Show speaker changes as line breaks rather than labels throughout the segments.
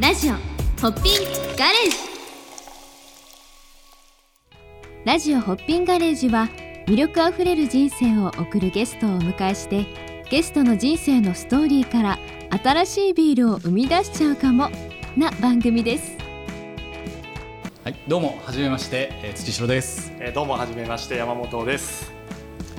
ラジオホッピンガレージラジオホッピンガレージは魅力あふれる人生を送るゲストをお迎えしてゲストの人生のストーリーから新しいビールを生み出しちゃうかもな番組です
はい、どうも、はじめまして、えー、土城です。
えーどうもはじめまして山本です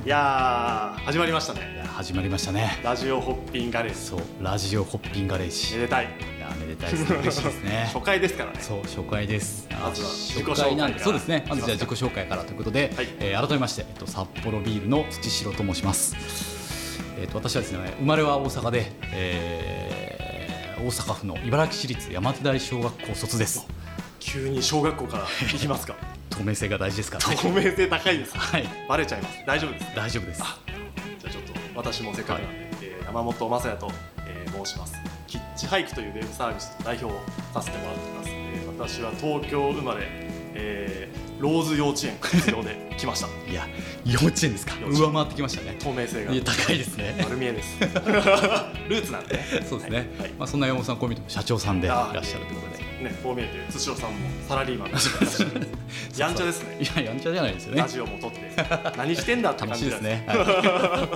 いやー始まりました
い
ね
や始まりましたね。
ラジオホッピンガレージ
そう、ラジオホッピンガレージ。
め
い
でたい
や、めでたいですね。嬉しいです ね。
初回ですからね
そう、初回です。あ
まずは自己
初回なん
紹
で、
介から
そうですね。まずじゃあ自己紹介からということで、
はい
えー改めまして、えっと札幌ビールの土城と申します。えっと私はですね、生まれは大阪で、えー大阪府の茨城市立山手台小学校卒です。
急に小学校から行きますか
透明性が大事ですから、
透明性高いです
はい、
バレちゃいます大丈夫です
大丈夫です。
じゃあちょっと私もせっかくなんで、えー山本雅也と、えー申しますキッチハイクというウェブサービスの代表をさせてもらってます、えー私は東京生まれ、えーローズ幼稚園卒業で来ました
いや、幼稚園ですか。
幼稚園
上回ってきましたね。
透明性が
いや高いですね。
丸見え ですルーツなんでね
そうですね、
はいはい
まあ、そんな山本さん、こう見ても社長さんでいらっしゃるということで、
ね、こう見えて、土郎さんもサラリ ーマンだしやんちゃですね。
いや、やんちゃじゃないですよね
ラ、ジオも撮って、何してんだって感
楽し
じ
い
だ
です。ね、は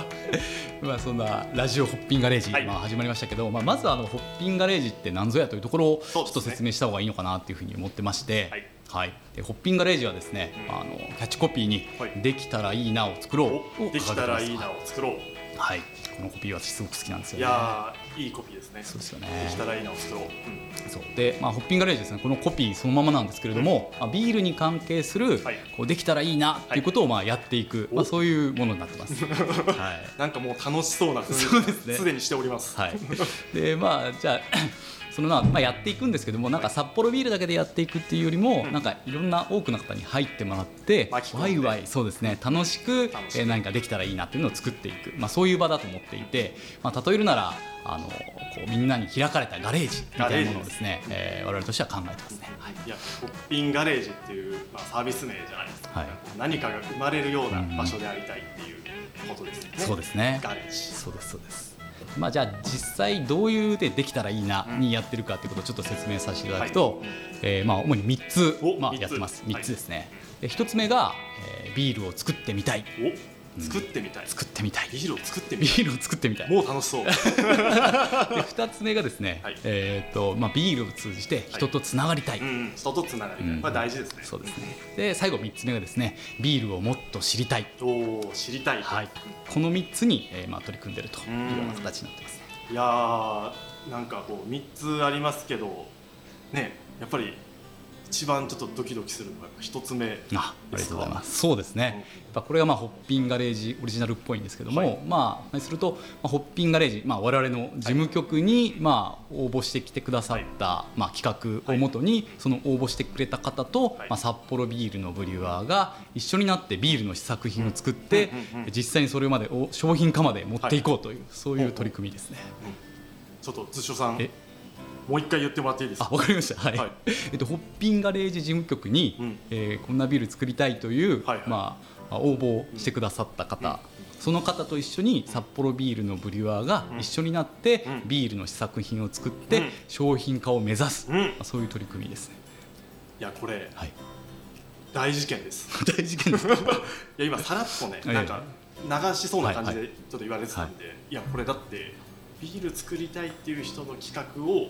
い、ま あそんなラジオホッピンガレージ、
はい
まあ、始まりましたけど、まあ、まずはあのホッピンガレージって何ぞやというところをち
そ
ょっ
うですね
と説明した方がいいのかなというふうに思ってまして、
はい
はいでホッピンガレージはですね、
うん
あのキャッチコピーに、
はい
できたらいいなを作ろうを掲
お
げて
で
ます
きたらいいなを作ろう。
はい、このコピー、私、すごく好きなんですよ
い
ね。
やー、いいコピーですね。
そうですよね
できたらいいなを作ろう。うん
そうで、まあ、ホッピンガレージですねこのコピーそのままなんですけれども、まあ、ビールに関係する、
はい
こうできたらいいなっていうことをまあやっていく、
お
まあ、そういうものになってます。 はい
なんかもう楽しそうな雰
そう
囲気
ですね
がすでにしております。
はい、でまあじゃあ そのな、まあ、やっていくんですけどもなんか札幌ビールだけでやっていくっていうよりも、
うん
なんかいろんな多くの方に入ってもらって
巻き込ん
ワ
で
イワイそうですね楽しく
楽しく
えー何かできたらいいなっていうのを作っていく、まあ、そういう場だと思っていて、まあ、例えるならあのこうみんなに開かれたガレージみたいなものをですねえー我々としては考えてますね。はい
いや、ホッピンガレージっていう、まあ、サービス名じゃないですか。
はい
何かが生まれるような場所でありたいっていうことですよね。
そうですね
ガレージ。
そうですそうです。まあじゃあ実際どういうでできたらいいな
うん
にやってるかということをちょっと説明させていただくと、
はい
えーまあ主に三つ
お
まあ
三つ
やってます
はい
三つですね。で一つ目が、えービールを作ってみたい
お、作ってみたい。
作ってみたい
ビールを作ってみ
ビ
た
ールを作ってみたい。
い。もう楽しそう。
で二つ目がですね、
はい
えっ、とまあビールを通じて人とつながりたい。
うんうん、人とつながりたい、
うん
これ大事ですね。
そうですね。で最後三つ目がですねビールをもっと知りたい。
うん。おー知りたい。
はい。この三つに、えーまあ取り組んでるというような
うん
形になってますね。
いやー、なんかこう三つありますけど、ね、やっぱり一番ちょっとドキドキするのが一つ目。
あありがとうございます。そうですね。やっぱこれがまあホッピンガレージオリジナルっぽいんですけども、
はい
まあするとまあホッピンガレージまあ我々の事務局にまあ応募してきてくださった、まあ企画をもとに、その応募してくれた方と、
はい
まあ札幌ビールのブリュワーが一緒になってビールの試作品を作って、
うんうんうん
実際にそれまでを商品化まで持っていこうという、そういう取り組みですね。
ちょっと図書さん
え、
もう一回言ってもらっていいです
あ
か。
わかりました、はい
はい
えっと、ホッピンガレージ事務局に、
うん
えーこんなビール作りたいという、
はいはい
まあ、応募をしてくださった方、その方と一緒に札幌ビールのブリュワーが
うん
一緒になって、
うん
ビールの試作品を作って、
うん
商品化を目指す、
うん
まあ、そういう取り組みですね。
いや、これ
はい、
大事件です。
大事件 ですか
いや、今さらっとね、
ええ
なんか流しそうな感じ
は
で、ちょっと言われてたんで、いや、これだって。ビール作りたいっていう人の企画を、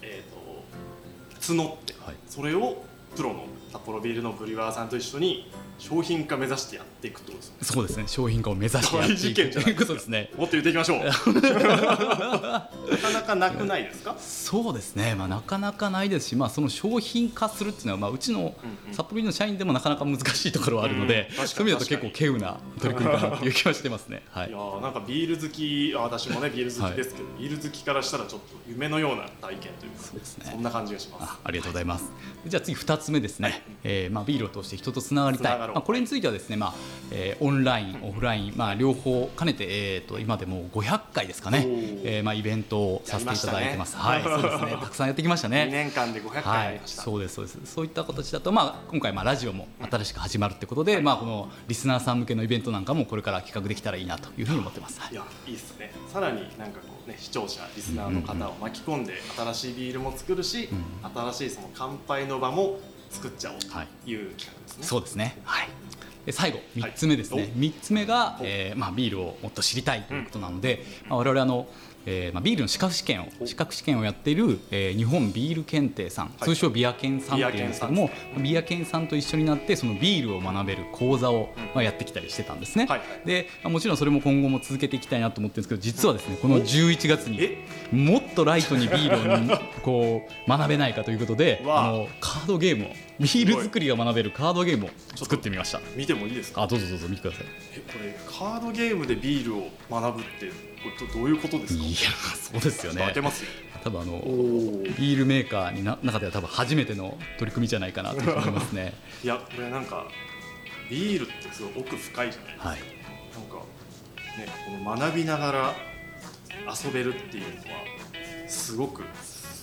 えっ、と、募って。
はい
それをプロの札幌ビールのブリュワーさんと一緒に商品化目指してやっていくってことですよね
そうですね商品化を目指してやって
大事
いく
件じ
と
ゃないいう です
こ
か
とですね。
もっと言っていきましょうなかなかなくないですか
そうですね、まあ、なかなかないですし、まあ、その商品化するっていうのは、まあ、うちの
うんうん
札幌ビールの社員でもなかなか難しいところはあるので、
うん確かに
そういう意味だと結構稀有な取り組みかなという気はしてますね。はいい
や、ーなんかビール好きあ私もねビール好きですけど、ビール好きからしたらちょっと夢のような体験というか
そうですね
そんな感じがします
あありがとうございます、じゃあ次2つ目ですね、えーまあ、ビールを通して人とつながりたい
つながろう
まあ、これについてはですね、まあえーオンライン、オフライン、まあ、両方兼ねて、えー、と今でも500回ですかね
おー、
えーまあ、イベントをさせていただいてます。
や
はい
りま
そう
したね
ですねたくさんやってきましたね。
2年間で500回
は
やり
い、
ました、
そうですそうですそういった形だと、まあ、今回まあラジオも新しく始まるってことで、まあ、このリスナーさん向けのイベントなんかもこれから企画できたらいいなというふうに思ってます、はい
いやいいっすねさらになんかこうね視聴者リスナーの方を巻き込んで新しいビールも作るし、新しいその乾杯の場も作っちゃおう
はい
という企画ですね、
そうですね、
はい
で最後
は
3
い
つ目ですね、
お
3つ目が、
お
えーまあ、ビールをもっと知りたいということなので、まあ、我々あの、えーまあ、ビールの資格試験を
お
資格試験をやっている、えー日本ビール検定さん、
い
通称ビア検さんっていうんですけど
ビア
も
検
ビア検さんと一緒になってそのビールを学べる講座を、まあ、やってきたりしてたんですね、
はい
でまあもちろんそれも今後も続けていきたいなと思ってるんですけど実はですねこの
お
11月に
え
もっとライトにビールをこう学べないかということで
わあ
あのカードゲームをビール作りが学べるカードゲームを作ってみました。
見てもいいですか
あどうぞどうぞ見てください。
えこれカードゲームでビールを学ぶってこれどどういうことですか
いやそうですよ
ちょっと
ね
当て。ますよ
多分あの
おー
ビールメーカーにな中では多分初めての取り組みじゃないかなと思います ね。
いやこれなんかビールってすごい奥深いじゃないですか、
はい。
なんかねこの学びながら遊べるっていうのはすごく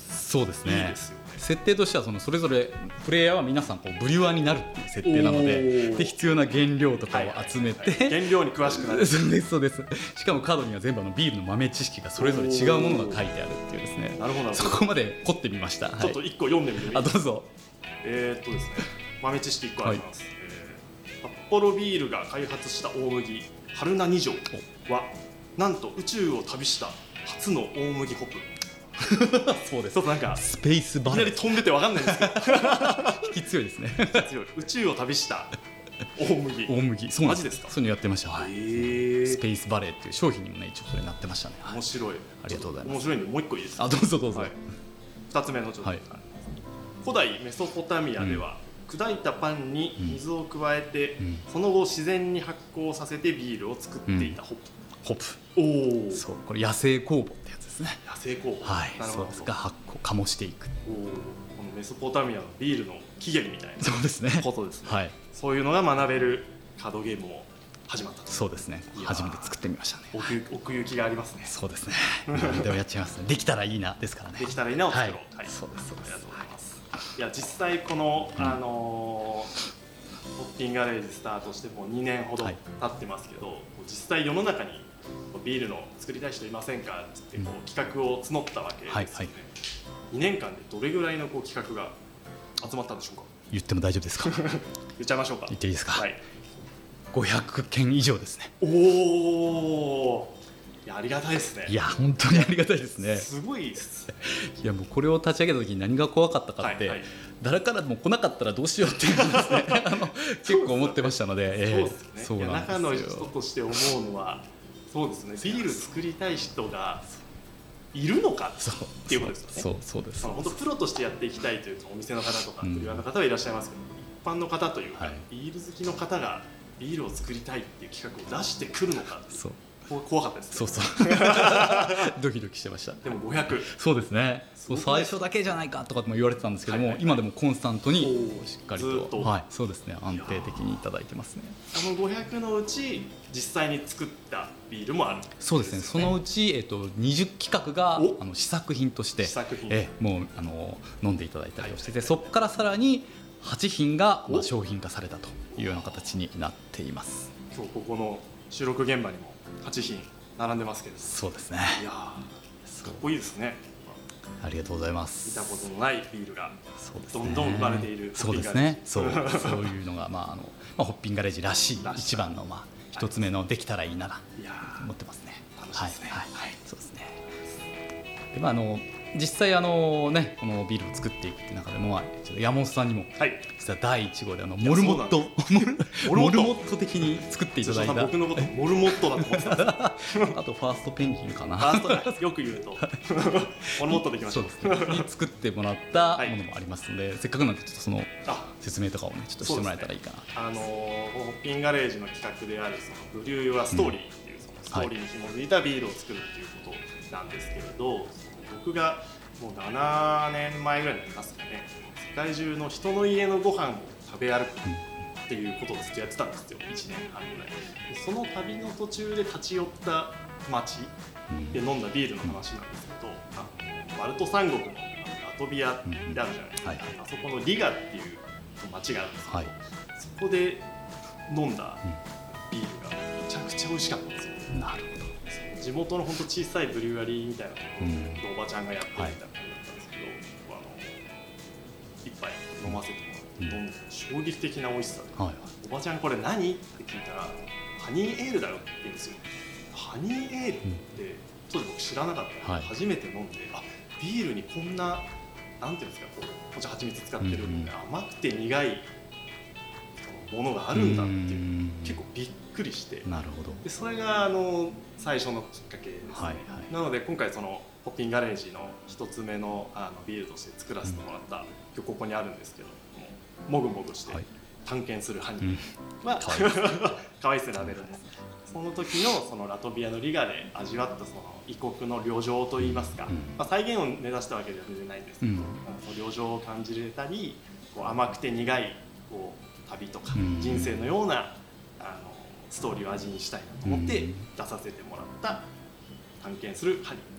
そうです
いい
ね。
ですよね
設定としてはそのそれぞれプレイヤーは皆さんこうブリュワーになるっていう設定なので
おー
で必要な原料とかを集めて、
原料に詳しくな る
そうですそうですしかもカードには全部あのビールの豆知識がそれぞれ違うものが書いてあるっていうですね
なるほどなるほ
そ
ど
こまで凝ってみました、はい、
ちょっと一個読んでみてもいい
あ
で
ど
すか
うぞ
えーっとですね豆知識一個あります、えー札幌ビールが開発した大麦春名二条はなんと宇宙を旅した初の大麦ホップ
そうです
ちょっとなんか
スペース
い
バ
き
レ
な
ー
り飛んでてわかんないんですけど
引き強いですね
強い宇宙を旅した大麦
大麦そうなん
マジですか
そういうのやってました、はい
え
スペースバレーっていう商品にもね一応それなってましたね、はい
面白い
ありがとうございます
面白いんでもう一個いいですか
あどうぞどうぞ、
はい、2つ目のちょっと、
はい
古代メソポタミアでは、砕いたパンに水を加えて、
ん
その後自然に発酵させてビールを作っていたホッ
ホッ
プ、おお
プそうこれ野生酵母ってやつですね
野生酵母
はい
なるほ
そう
ど
ですが発酵醸していく
おーこのメソポタミアのビールの起源みたい
そうですね
なことですね
はい
そういうのが学べるカードゲームも始まったと
そうですね
いやー
初めて作ってみましたね
奥行奥行きがありますね
そうですね。 でもやっちゃいますね。できたらいいなですからね。
できたらいいなを作ろう
はい。
はい
そうですそう
あ
で
りが
す
とう。ございます。いや実際この、
うん
あのーホッピングガレージスタートしてもう2年ほど
は
経
い
ってますけど、実際世の中にこうビールの作りたい人いませんかってこう企画を募ったわけですよね。
はいはい
2年間でどれぐらいのこう企画が集まったんでしょうか。
言っても大丈夫です か。
言っちゃいましょうか。
言っていいですか
はい。
500件以上ですね。
おお。いやありがたいですね。
いや本当にありがたいですね。
すごいっすね。
いやもうこれを立ち上げた時に何が怖かったかって、
はいはい
誰からも来なかったらどうしようっていうの ですね。あの結構思ってましたので、
そう
え
です
え
ね、いや中
そうな
の
んで
人
すよ。
として思うのはそうですねビール作りたい人がいるのか
そう
っていうことですよね
そうそうです
その。本当プロとしてやっていきたいというかお店の方とか
うん
売り場の方はいらっしゃいますけど、一般の方というか、
はい
ビール好きの方がビールを作りたいっていう企画を出してくるのかっていう
そう
こ怖かったですね
そうそう。 ドキドキしてました。
でも500
そうですね。
す
も
ご
う
く
最初だけじゃないかとかも言われてたんですけども、
はいはいはい
今でもコンスタントに
おー
しっかり
ず
と
ーっと
はい、そうですね安定的にいただいてますね。
その500のうち実際に作ったビールもある
そうですね。そのうちえっ、と20企画が
お
あの試作品として
試作品
えもうあの飲んでいただいたりをしてて、そこからさらに8品がまあ
お
商品化されたというような形になっています。
今日ここの収録現場にも8品並んでますけど
そうですね。
いやーか
そう
っこいいですね
ありがとうございま
見
す。
たことのないビールが
そうです
どんどん生まれている
そうですねそう そういうのが、まああのまあ、ホッピングガレージらしい
らしい
一番の、まあ、一つ目のできたらいいなら
いや
と思ってますね
楽しいですね
はいはいそうですねで、まあ、あの実際あの、ね、このビールを作っていくって中でも、まあ、ちょっと山本さんにも
ーはい
実は第1号であの
いや
モルモットモル
モルモ
モルモ
ット
ット的に作っていた
辻
だい
田さん
た
僕のことモルモットだと思ってた んです
あとファーストペンギンかな
ファーストだよく言うとモルモットでいきまし
そ
ょ
う
う
ですねに作ってもらった
はい
ものもありますので、せっかくなんでちょっとその
あ
説明とかをねちょっとしてもらえたらいいかな
あのーこのホッピンガレージの企画であるそのブリュー・はストーリーっていうそのストーリーに紐づいたビールを作るっていうことなんですけれど、その僕がもう7年前ぐらいになりますかね世界中の人の家のご飯を食べ歩くっていうことをずっとやってたんですよ1年半ぐらいでその旅の途中で立ち寄った町で飲んだビールの話なんですけどあのバルト三国のあのラトビアってあるじゃないですか、
うんはい
あそこのリガっていう町があるんですけど、
はい
そこで飲んだビールがめちゃくちゃ美味しかったんですよ
なるほど
地元の本当小さいブリュワリーみたいなところ
うん
のおばちゃんがやってるみたいな感じだったんですけど、あの一杯飲ませてもらって、
う
どんどん衝撃的な美味しさで、
はい
おばちゃんこれ何って聞いたらハニーエールだよって言うんですよハニーエールって当時僕知らなかった、
はい
初めて飲んであビールにこんななんていうんですかこうもちろん蜂蜜使ってる、
うんうん
甘くて苦いそのものがあるんだっていう
うん
結構びっくりして
なるほど
でそれがあの最初のきっかけですね、
はいはい
なので今回そのポッピンガレージの一つ目のあのビールとして作らせてもらった、今日ここにあるんですけどもぐもぐして
はい
探検するハニー、
うん
まあ
かわいいで、
可愛いですねラベルです。その時のそのラトビアのリガで味わったその異国の旅情といいますか、
うん
まあ、再現を目指したわけでは全然ないんですけど、
うん
その旅情を感じれたりこう甘くて苦いこう旅とか、
うん
人生のようなあのストーリーを味にしたいなと思って
う
出
ん
させてもらった探検するハニーです。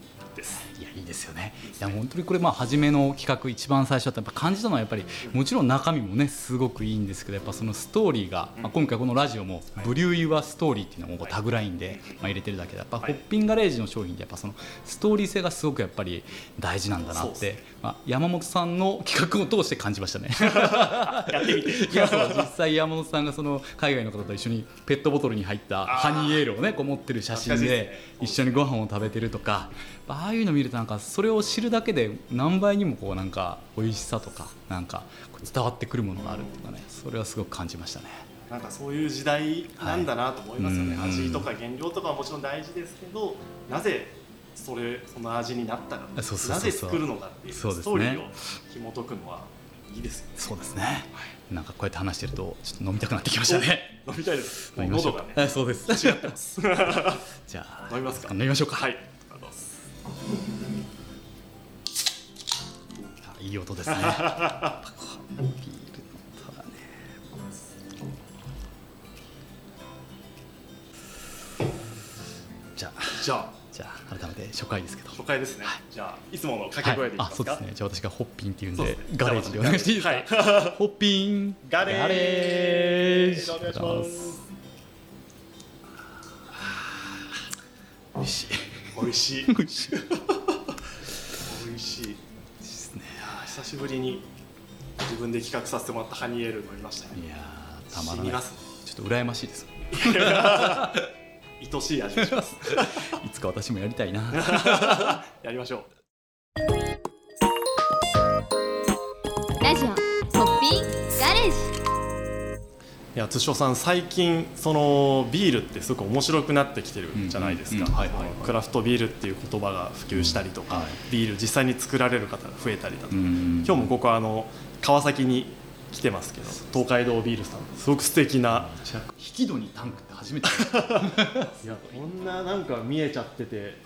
いやいいですよね。いや本当にこれまあ初めの企画一番最初だったやっぱ感じたのはやっぱりもちろん中身もねすごくいいんですけどやっぱそのストーリーが、
うん
まあ、今回このラジオも「ブリューイはストーリー」っていうのもこうタグラインでまあ入れてるだけでやっぱホ
はい
ッピンガレージの商品ってやっぱそのストーリー性がすごくやっぱり大事なんだな
そう
っ
ですね
て、まあ、山本さんの企画を通して感じましたね。
やってみて。
いやそう実際山本さんがその海外の方と一緒にペットボトルに入った
あー
ハニーエールをねこう持ってる写真
懐かしい
で
ですね
一緒にご飯を食べてるとかああいうの見るとなんかそれを知るだけで何倍にもこうなんか美味しさとかなんかこう伝わってくるものがあるっていうかねそれはすごく感じましたね。
なんかそういう時代なんだなと思いますよね、
はいうん
味とか原料とかはもちろん大事ですけどなぜそれその味になったか
そうそうそうそう
なぜ作るのかっていう
そうですね
ストーリーを紐解くのはいいですよね
そうですねなんかこうやって話してるとちょっと飲みたくなってきましたね。
飲みたいですも
飲
う
みましょ
喉
う
が
か
ね。
あそうです。
違ってます
じゃあ
飲みますか
飲みましょうか。
はいありがとうございます
あいい音ですね。ビールの音だね。じゃあ、
じゃあ
じゃあ改めて初回ですけど。
初回ですね、じゃあいつもの掛け声でいき
あ
ま、
そ
す
う
か、
ですね。じゃあ私がホッピンっていうん
そうで
です
ね、
ガレージでお願いしていいですか。
はい
ホッピン
ガレージ
レージ
じゃあお願いします
美味しい。
美味しい
美味しいで
美味しい
すね。
あ久しぶりに自分で企画させてもらったハニーエール飲みましたね
いやーたまら
染み
な
ま
い。
すね
ちょっと羨ましいです。
愛しい味がし ます
いつか私もやりたいな。
やりましょう
ラジオホッピンガレージ
いや津さん最近そのビールってすごく面白くなってきてるじゃないですか、
うんうんはい
あのクラフトビールっていう言葉が普及したりとか、
はい
ビール実際に作られる方が増えたりだとか、
今
今日もここあの川崎に来てますけど東海道ビールさんすごく素敵な
引き戸にタンクって初めて見た
こんななんか見えちゃってて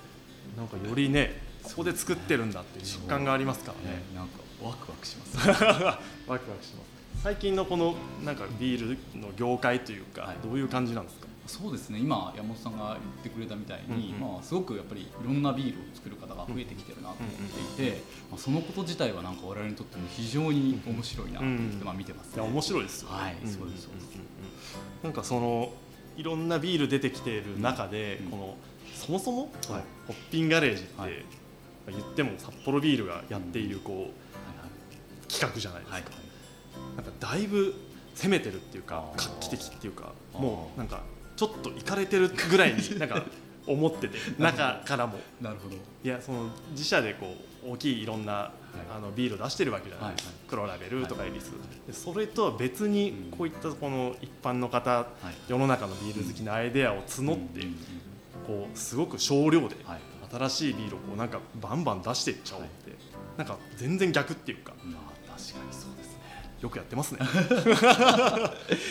なんかよりねここで作ってるんだっていう実感がありますからね
ねなんかワクワクします
ワクワクします最近のこのなんかビールの業界というか、
はい
どういう感じなんですか
そうですね今山本さんが言ってくれたみたいに、
うんうん
まあ、すごくやっぱりいろんなビールを作る方が増えてきてるなと思っていて、まあ、そのこと自体はなんか我々にとっても非常に面白いなって、
うん
まあ、見てます
い
ね
や面白いですよ、
はい
ん
そうですそうです
んなんかそのいろんなビール出てきている中で、
うん
このそもそも、
はい
ホッピンガレージって、
はい
言っても札幌ビールがやっているこう企画じゃないですか、
はいはい
なんかだいぶ攻めてるっていうか
あー
画期的っていうか
あー
もうなんかちょっといかれてるぐらいになんか思ってて中からも
なるほど
いやその自社でこう大きいいろんな、
い
あのビールを出してるわけじゃないですか、
はいは
黒ラベルとかエリス、でそれとは別に
うん
こういったこの一般の方、
はい
世の中のビール好きのアイデアを募って、
うんうん
こうすごく少量で
はい
新しいビールをこうなんかバンバン出していっちゃおうって、なんか全然逆っていうか
まあ確かにそうですね
よくやってますね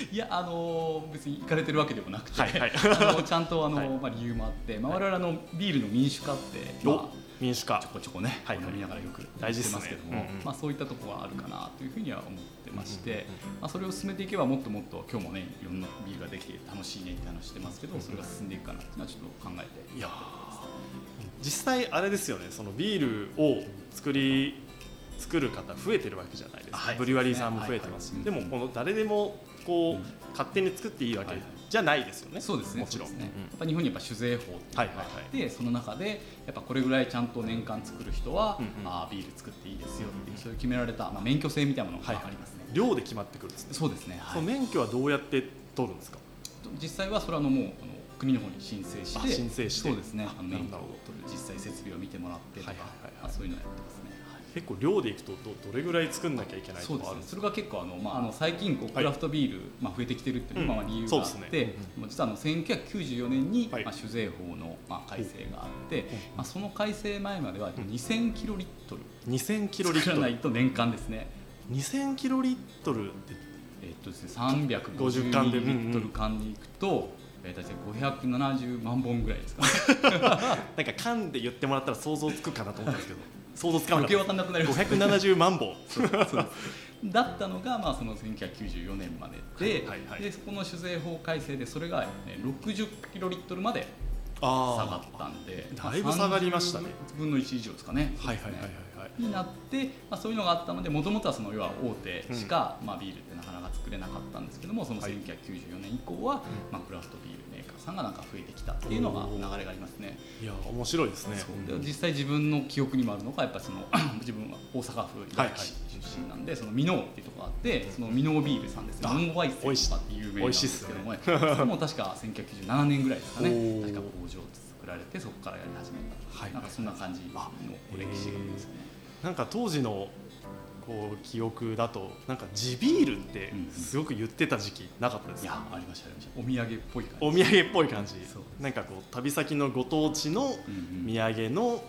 いや、あのー別に行かれてるわけでもなくて、
はいはい
あのちゃんと、あのー
はい
まあ、理由もあって、まあ、
はい
我々あのビールの民主化って、
お
まあ
民主化
ちょこちょこね、
はいはい
飲みながらよく
大事っ
です
ね
ますけども、
うんうん
まあ、そういったところはあるかなというふうには思ってまして、
うんうん
まあ、それを進めていけばもっともっと今日もねいろんなビールができて楽しいねって話してますけどそれが進んでいくかなっていうのはちょっと考えて
いやー実際あれですよねそのビールを作り作る方増えてるわけじゃないですか、
はい
ブリュワリーさんも増えてますし、
はい
で
はい
もこの誰でもこう、
うん
勝手に作っていいわ
は
け
いはい
じゃないですよね、
そうですね
もちろん、
そうですねやっぱ日本にやっぱ酒税法っていうのがあって、
はいはい
その中でやっぱこれぐらいちゃんと年間作る人は、
うんうん
あービール作っていいですよっていうそういう決められた、まあ、免許制みたいなものが
はいはい
ありますね、
量で決まってくるんですね、
そうですね、はい
その免許はどうやって取るんですか
実際はそれはあのもうあの国の方に申請し
あ
て
申請して
そうですね
あ
あの免許
なる
を
ほど
取る実際設備を見てもらってとか、
はいはいはいはい
まあそういうのをやってますね、
結構量でいくとどどれぐらい作んなきゃいけない
そ
と
うで
か
す
あるん
ね
です
そ
か
れが結構あの、まあ、あの最近こう
い
クラフトビール、まあ、増えてきてるっていうのがまあ理由があって、
そうですね
まあ実はあの1994年に、
はい
まあ、酒税法の、まあ、改正があって、
ん
まあ、その改正前までは2000キロリットル
2000キロリッ
作
ト
らない
ル
と年間ですね。
2000キロリットルって
えっとですね、350
缶
ミ
で
リ
うん
リ
うん
ットル缶でいくと、えー大体570万本ぐらいですかね
なんか噛んで言ってもらったら想像つくかなと思ったんです けど想像つかな
余
か
計
っ
わ
た
かんなくなります
570万本
だったのが、まあ、その1994年までで,、
はいはいはい
でそこの酒税法改正でそれが、ね、60キロリットルまで下が
あ
ったんで
あだいぶ下がりましたね
30分の1以上ですかね。
はいはいはいはいはい
になって、まあ、そういうのがあったのでもともとはその要は大手しか、まあ、ビールってなかなか作れなかったんですけどもその
はい
1994年以降は、まあ、クラフトビールメーカーさんがなんか増えてきたっていうのが流れがありますね。
いや面白いですね
そうで実際自分の記憶にもあるのがやっぱその 自分は大阪府茨城市出身なんで、その箕面っていうところがあってその箕面ビールさんですね
あ
ノンワイセンとかって有名なんですけども、ね、それも確か1997年ぐらいですかね
おー
確か工場作られてそこからやり始めた、
はい
なんかそんな感じの歴史がありますね。
なんか当時のこう記憶だとなんか地ビールって
うんうん
すごく言ってた時期なかったです
い
か、
やありましたありましたお土産っぽい感じ
お土産っぽい感じ
そう
なんかこう旅先のご当地の
うんうん
土産のビールみたいな、
は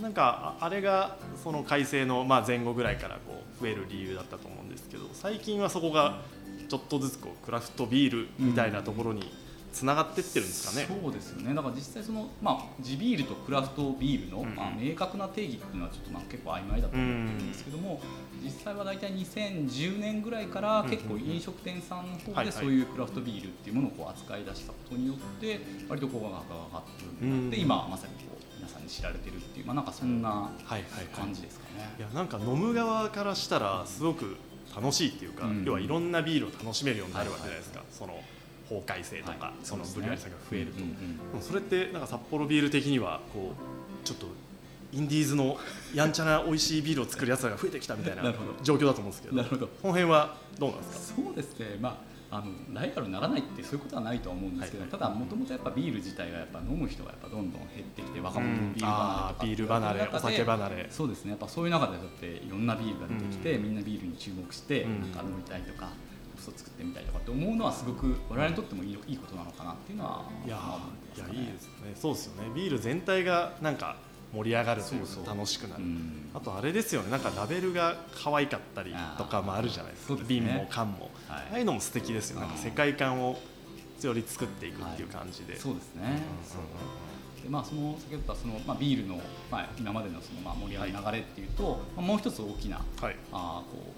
なんかああれがその改正のまあ前後ぐらいからこう増える理由だったと思うんですけど最近はそこがちょっとずつこうクラフトビールみたいなところにつながってってるんですかね、
そうですよねだから実際その、まあ、地ビールとクラフトビールの、
うん
まあ、明確な定義っていうのはちょっとなんか結構曖昧だと思うんですけども、実際は大体2010年ぐらいから結構飲食店さんの
は
方
いは
で
い
そういうクラフトビールっていうものをこう扱い出したことによって割とこう価格が上がってるようになって
うん
今まさにこう皆さんに知られてるっていう、まあ、なんかそんな
はいはいはい
感じですかね。
いやなんか飲む側からしたらすごく楽しいっていうか、
うん
要はいろんなビールを楽しめるようになるわけじゃないですか、その法改正とか、
はい
その
そうです
ブ
ね
リュワリーさんが増えると、
うんうん
でもそれってなんか札幌ビール的にはこうちょっとインディーズのやんちゃな美味しいビールを作るやつらが増えてきたみたい
な
な
るほど
状況だと思うんですけど
なるほど
この辺はどうなんですか
そうですね、まあ、あのライバルにならないってそういうことはないとは思うんですけど、
はい
ただもともとやっぱビール自体がやっぱ飲む人がやっぱどんどん減ってきて若者のビール離れ
あ
と
ー
か
ビール離れお酒離れ
そうですねやっぱそういう中でだっていろんなビールが出てきて、
う
みんなビールに注目して、
うん
なんか飲みたいとか嘘作ってみたいとかって思うのはすごく我々にとってもいいのいいことなのかなっていうのはい
や
まあ思
ーいや
ってますね
いいですねそうですよねビール全体がなんか盛り上がるというか
そうそう
楽しくな
う
る
ん
あとあれですよねなんかラベルが可愛かったりとかもあるじゃないですか
あーそうですね
瓶も缶も、
はい
ああいうのも素敵ですよなんか
うん
世界観をより作っていくっていう感じで、
そうですね、そうでまあ、その先ほど言ったその、まあ、ビールの、まあ、今までのその、まあ、盛り上がる流れっていうと、まあもう一つ大きな
はい
あーこ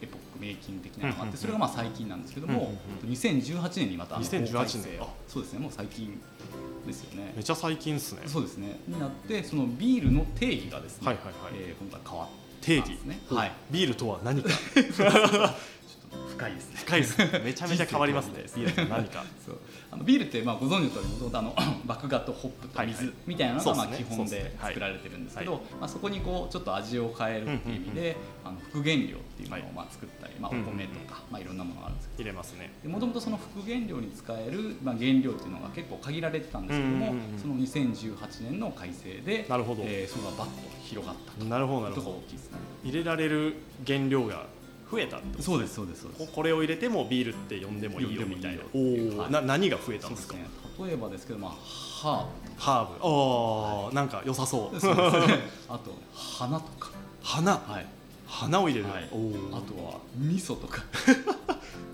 うエポックメイキング的なのがあ
うんう
っ
んうん
てそれがまあ最近なんですけど
うんうん
も
うん
2018年にまたあの
2018年
法改正
あ
そうですねもう最近ですよね
めちゃ最近ですね
そうですねになってそのビールの定義がですね
はいはいはい
えー今回変わった
定
ん
義
ですね
は
はいい、
ビールとは 何か
ちょっと深いですね
深いですねめちゃめちゃ変わりますね
人生
ビールとは何か
そうあのビールってまあご存知の通りもともとあの 麦芽とホップと
はい
水
はい
みたいなの
そう
が
っす
ま
ね
あ基本
そうっす
で
ねはい
作られてるんですけ
は
どまあそこにこうちょっと味を変えるっていう意味であの復元料っていうものをまあ作ったりまあお
うんうん
米とかまあいろんなものがあるんです
入れますね
けどもともとその復元料に使えるまあ原料っていうのが結構限られてたんですけど
う
も
んうんうん
その2018年の改正で
なるほど
えーそれがバッと広がったと
なるほどな
いう
る
とこ
ほ
ろが
ど
大きいですね
入れられる原料が増えたってこと
そうですそうですそうです
ここれを入れてもビールって呼んでもいいよみたいな
呼んでもいいよっていう
おお
はい
な何が増えた
そ
ん
うで
で
すす
か
ね例えばですけどまあ ハーブ
ハーブおおなんか良さそう
そうですねあと花とか、
花
はい、
花を入れる、
はい
おー
あとは味噌とか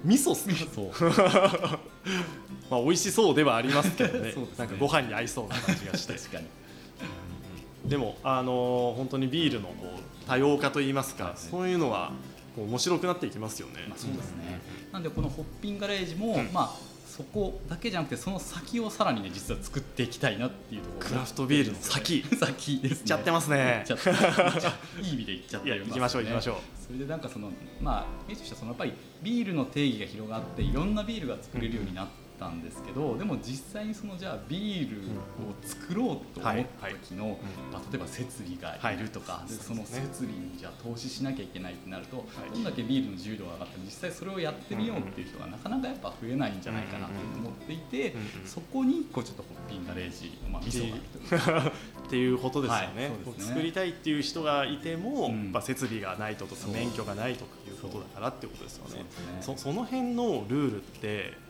味噌っすね
味噌
まあ美味しそうではありますけどね
そうですね
なんかご飯に合いそうな感じがして
確かに
でもあのー本当にビールのこう多様化といいますか、そういうのはこう面白くなっていきますよね。
まあ、そうですね、なんでこのホッピンガレージも、まあそこだけじゃなくてその先をさらにね実は作っていきたいなっていうところ
クラフトビールの先
先ですね
行っちゃってますね。
行っちゃったいい意味で行っちゃった
いや
よう
行
な
きましょう行きましょう。
それでなんかそのまあイメージとしてはそのやっぱりビールの定義が広がっていろんなビールが作れるようになったんですけど、でも実際にそのじゃあビールを作ろうと思った時の、まあ、例えば設備がいるとか、
はい
でそ
そう
の
ですね
設備にじゃあ投資しなきゃいけないってなると、
い
どんだけビールの自由度が上がっても実際それをやってみようっていう人がなかなかやっぱ増えないんじゃないかなと思っていて、
うんうんうん
そこにこうちょっとホッピングガレージのまあ味噌があるというか
っていうことですよ
はい
ね,、
そうですね
作りたいっていう人がいても、
うん
やっぱ設備がないととか
そう
免許がないとかいうことだからってことですよ
そう
ね
ですね
そその辺のルールって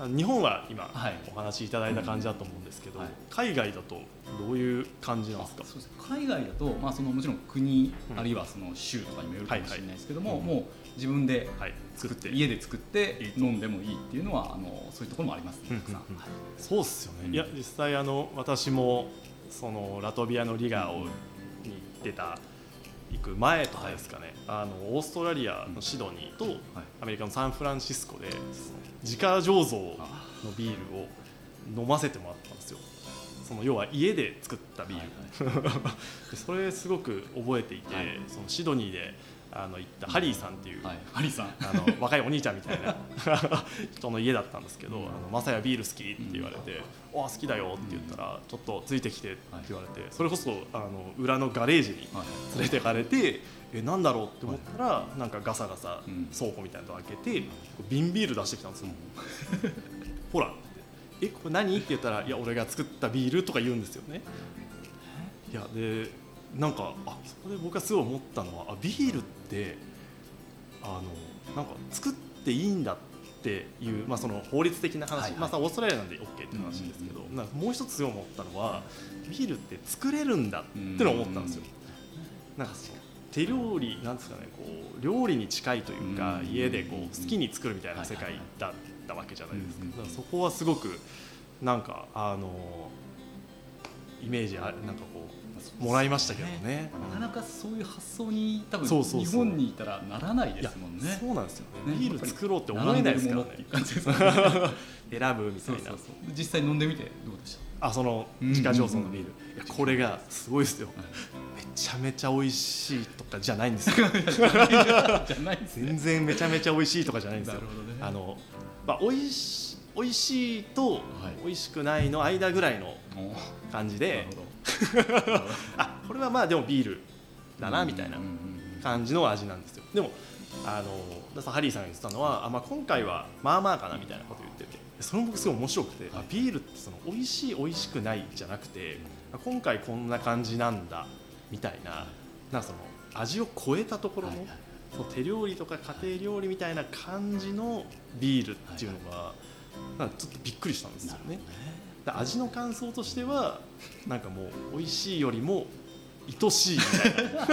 あ日本は今
はい
お話しいただいた感じだと思うんですけど、
うんはい
海外だとどういう感じなんですか
そうです海外だと、まあ、そのもちろん国、
うん
あるいはその州とかにもよるかもしれないですけども、
はいはい
もう自分で
はい、作って
家で作って
いいと
飲んでもいいっていうのはあのそういうところもありますね、
うん
たくさん、
うん
はい
そうっすよね、
うん
いや実際あの私もそのラトビアのリガーをに行ってた行く前とかですかね、あのオーストラリアのシドニーと、
はい
アメリカのサンフランシスコで自家醸造のビールを飲ませてもらったんですよその要は家で作ったビール、でそれすごく覚えていて、
はい
そのシドニーであの行ったハリーさんっていう、
はい、はい、ハリーさん
あの若いお兄ちゃんみ たいな人の家だったんですけど
う
「
ん
あのマサヤビール好き?」って言われて「あ好きだよ」って言ったら「ちょっとついてきて」って言われてそれこそあの裏のガレージに
はい
連れてかれてえなんだろうって思ったらなんかガサガサ
うん
倉庫みたいなの開けて瓶ビール出してきたん ですよ「ほらえこれ何?」って言ったら「いや俺が作ったビール」とか言うんですよね。いやでなんかあそこで僕がすごい思ったのはあビールってあのなんか作っていいんだっていう、まあ、その法律的な話、
はいはい
まあ、さオーストラリアなんで OK っていう話ですけど、
うんうんうん
なんかもう一つすごい思ったのはビールって作れるんだってのを思ったんですよ。なんかその手料理なんですかねこう料理に近いという
う
か、
んうんうん
家でこう好きに作るみたいな
は
世
い
界
はいはい
だったわけじゃないです
う
か,、
んうんうん
だからそこはすごくなんかあのイメージあなんかこうもらいましたけどね。
なかなかそういう発想に多分
そうそうそう
日本にいたらならない
い
で
や
すもんね
そうなんですよね
ね
ビール作ろうって思えないです
並んでる
から
ものってい
ね
う感じですもん ね
選ぶみた
そ
いうな
そうそう実際飲んでみてどうでした
あその
うん
自家醸造のビール、いやこれがすごいですよ、
はい
めちゃめちゃ美味しいとかじゃないんですよ
じゃないですね
全然めちゃめちゃ美味しいとかじゃないんですよ
なるほどね
あの、まあ、美味し美味しいと
い
美味しくないの間ぐらいの
お
感じ
な
で
る、ほど
あこれはまあでもビール だなみたいな
うんうんうんうん
感じの味なんですよでもあのだからハリーさんが言ってたのはあ、まあ、今回はまあまあかなみたいなこと言っててそれも僕すごい面白くて、あビールってその美味しい美味しくないじゃなくてあ今回こんな感じなんだみたいななんかその味を超えたところの,、
はいはい
その手料理とか家庭料理みたいな感じのビールっていうのが、なんかちょっとびっくりしたんですよね。だから味の感想としてはなんかもう美味しいよりも愛しいみたいな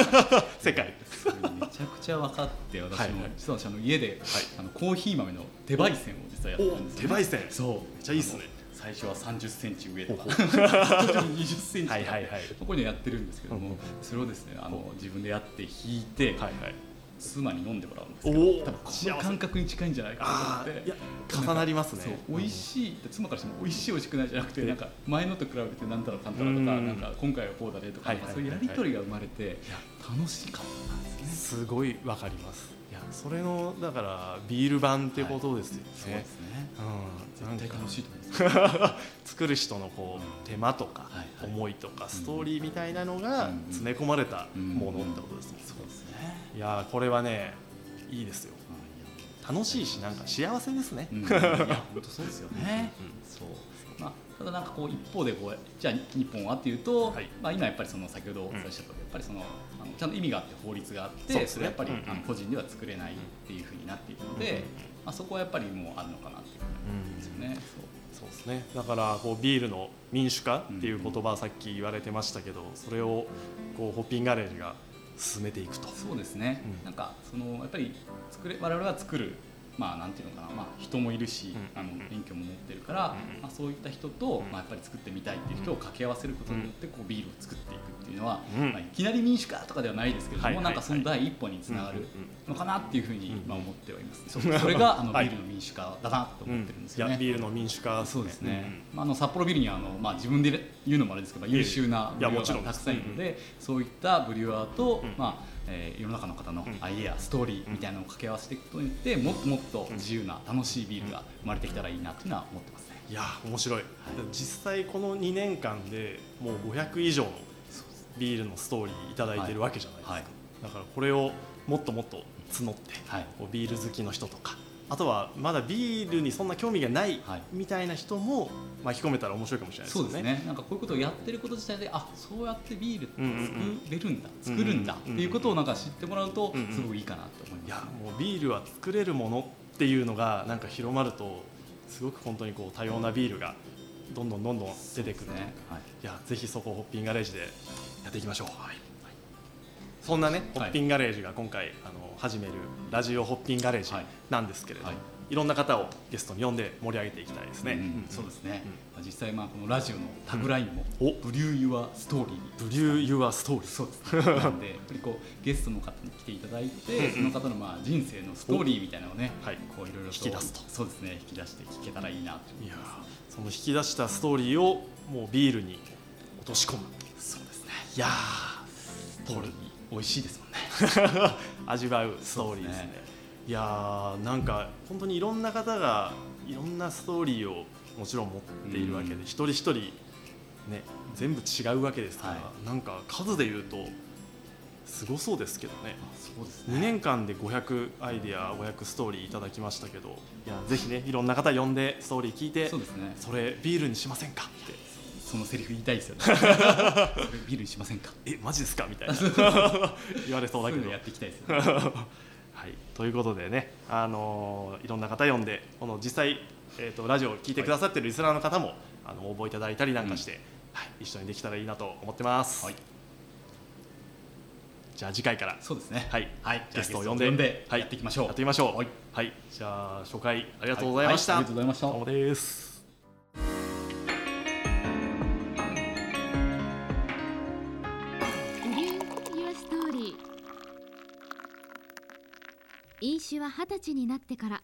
世界
それめちゃくちゃ分かって私も、
はいはい
実は私あの家で、あのコーヒー豆の手焙煎を実はやったんですよ
お手焙煎
そうめ
っちゃいいっすね
最初は3 0センチ上とか徐々に2 0センチとか、
はいはいはい
ここにはやってるんですけども、
うんうん
それをですねあの自分でやって引いて、
はいはい
妻に飲んでもらうんですけど
おお
多分この感覚に近いんじゃないか
あ
と思っ
あい
て
や重なりますね
そう美味しいって妻からしても美味しい美味しくないじゃなくて
うん
なんか前のと比べてなんたらかんたらとか
うん
なんか今回はこうだねとか
は
ないん
はい
かそう
はい
いうやり取りが生まれて楽しかったんですね。
すごいわかりますいやそれのだからビール版ってことですよ
そう
ね
で、すね。
うん、
絶対楽しいと思います。
作る人のこう手間とか
はいはい
思いとかストーリーみたいなのが
うん
詰め込まれたものってことですね
そうですね。
いやーこれはねいいですよ楽しいしなんか幸せですね、
うん、いや本当そうですよね。
うん
そう。まあただなんかこう一方でこうじゃあ日本はっていうと、
はい
まあ今やっぱりその先ほどお伝えしたとおり、やっぱりそのあのちゃんと意味があって法律があって
そ
そ,、
うですね
れはやっぱり、
うんうん
あの個人では作れないっていうふうになっているので、
うんうん
まあそこはやっぱりもうあるのかなっていうふうに思うんですよね。
そうですねだからこうビールの民主化っていう言葉さっき言われてましたけどそれをこうホッピンガレージが進めていくと
そうそうですね。
うん
なんかそのやっぱり作れ我々は作る。まあなんていうのかな、まあ、人もいるし、
うん
あの免許も持ってるから、
うん
まあ、そういった人と、
ん
まあ、やっぱり作ってみたいっていう人を掛け合わせることによってこうビールを作っていくっていうのは、
うん
まあ、いきなり民主化とかではないですけれども、
はいはいはい
なんかその第一歩につながる
うんうん
のかなっていうふうに、まあ、思ってはいます、そうそれがあのビ
はい
ールの民主化だなと思ってるんですよ
い
ね。
やビールの民主化
そうですね、まあ、あの札幌ビールにはあの、まあ、自分で言うのもあれですけど、まあ
いえいえ
優秀ないブ
や
リュワ
もちろ
ー
ん
が
で
た
す
くさんいるので、そういったブリュワーと、
うん
まあえー世の中の方の
ん
アイデア、ストーリーみたいなのを掛け合わせていくことによって、もっともっと自由な、楽しいビールが生まれてきたらいいなっていうのは思ってますね。
いや面白い、実際この2年間でもう500以上のビールのストーリーいただいてるわけじゃないですか、
はい
だからこれをもっともっと募って、
はい
こうビール好きの人とかあとはまだビールにそんな興味がない
はい
みたいな人も巻き込めたら面白いかもしれないです
そう
よね。
ですねなんかこういうことをやってること自体であそうやってビールって
うんうんうん
作れるんだ、作るんだっていうことをなんか知ってもらうと
うんうん
すごくいいかなと思い
いや
ます、ね
もうビールは作れるものっていうのがなんか広まるとすごく本当にこう多様なビールがどんどんどんどん出てくるというか
ねはい
いやぜひそこをホッピンガレージでやっていきましょう、そんなねホ
はい
ッピンガレージが今回、あの始めるラジオホッピンガレージ
はい
なんですけれど、
はいい、
ろんな方をゲストに呼んで盛り上げていきたいですね、
うん
うん
そうですね、まあ実際まあこのラジオのタグラインも「
うんお
ブリュー・ユア・ストーリー」
ブリュー・ユア・ストーリー
そうです ねなんでやっぱりこうゲストの方に来ていただいてその方のまあ人生のストーリーみたいなのをね
おはい
こういろいろと
引き出すと
そうですね引き出して聞けたらいいなと
いやーその引き出したストーリーをもうビールに落とし込む
そうですね
いや
ポールに美味しいですもんね
ー 味わうストーリーですね
そうですね
いやーなんか本当にいろんな方がいろんなストーリーをもちろん持っているわけで、
うん
一人一人ね全部違うわけですから、
は
なんか数で言うとすごそうですけどね
そうです
2年間で500アイデア500ストーリーいただきましたけどいやぜひねいろんな方呼んでストーリー聞いて
そうですね
それビールにしませんかって
そのセリフ言いたいですよね ビールにしませんか
えマジですかみ たいな言われそう
そ
だ
う
け
いう
ど
のやっていきたいですよね
はい、ということでね、あのーいろんな方呼んでこの実際、えー、とラジオを聞いてくださってるリスナーの方も、あの応募いただいたりなんかして、はい、一緒にできたらいいなと思ってます、
はい
じゃあ次回から、
そうですね
はい
はい
ゲストを呼ん
じゃあゲストを
で
はいやっていきましょう
やってみましょう
はい
はい、じゃあ初回ありがとうございました、
はいありがとうございました
どうもです
ブリュー・ユア・ストーリー飲酒は二十歳になってから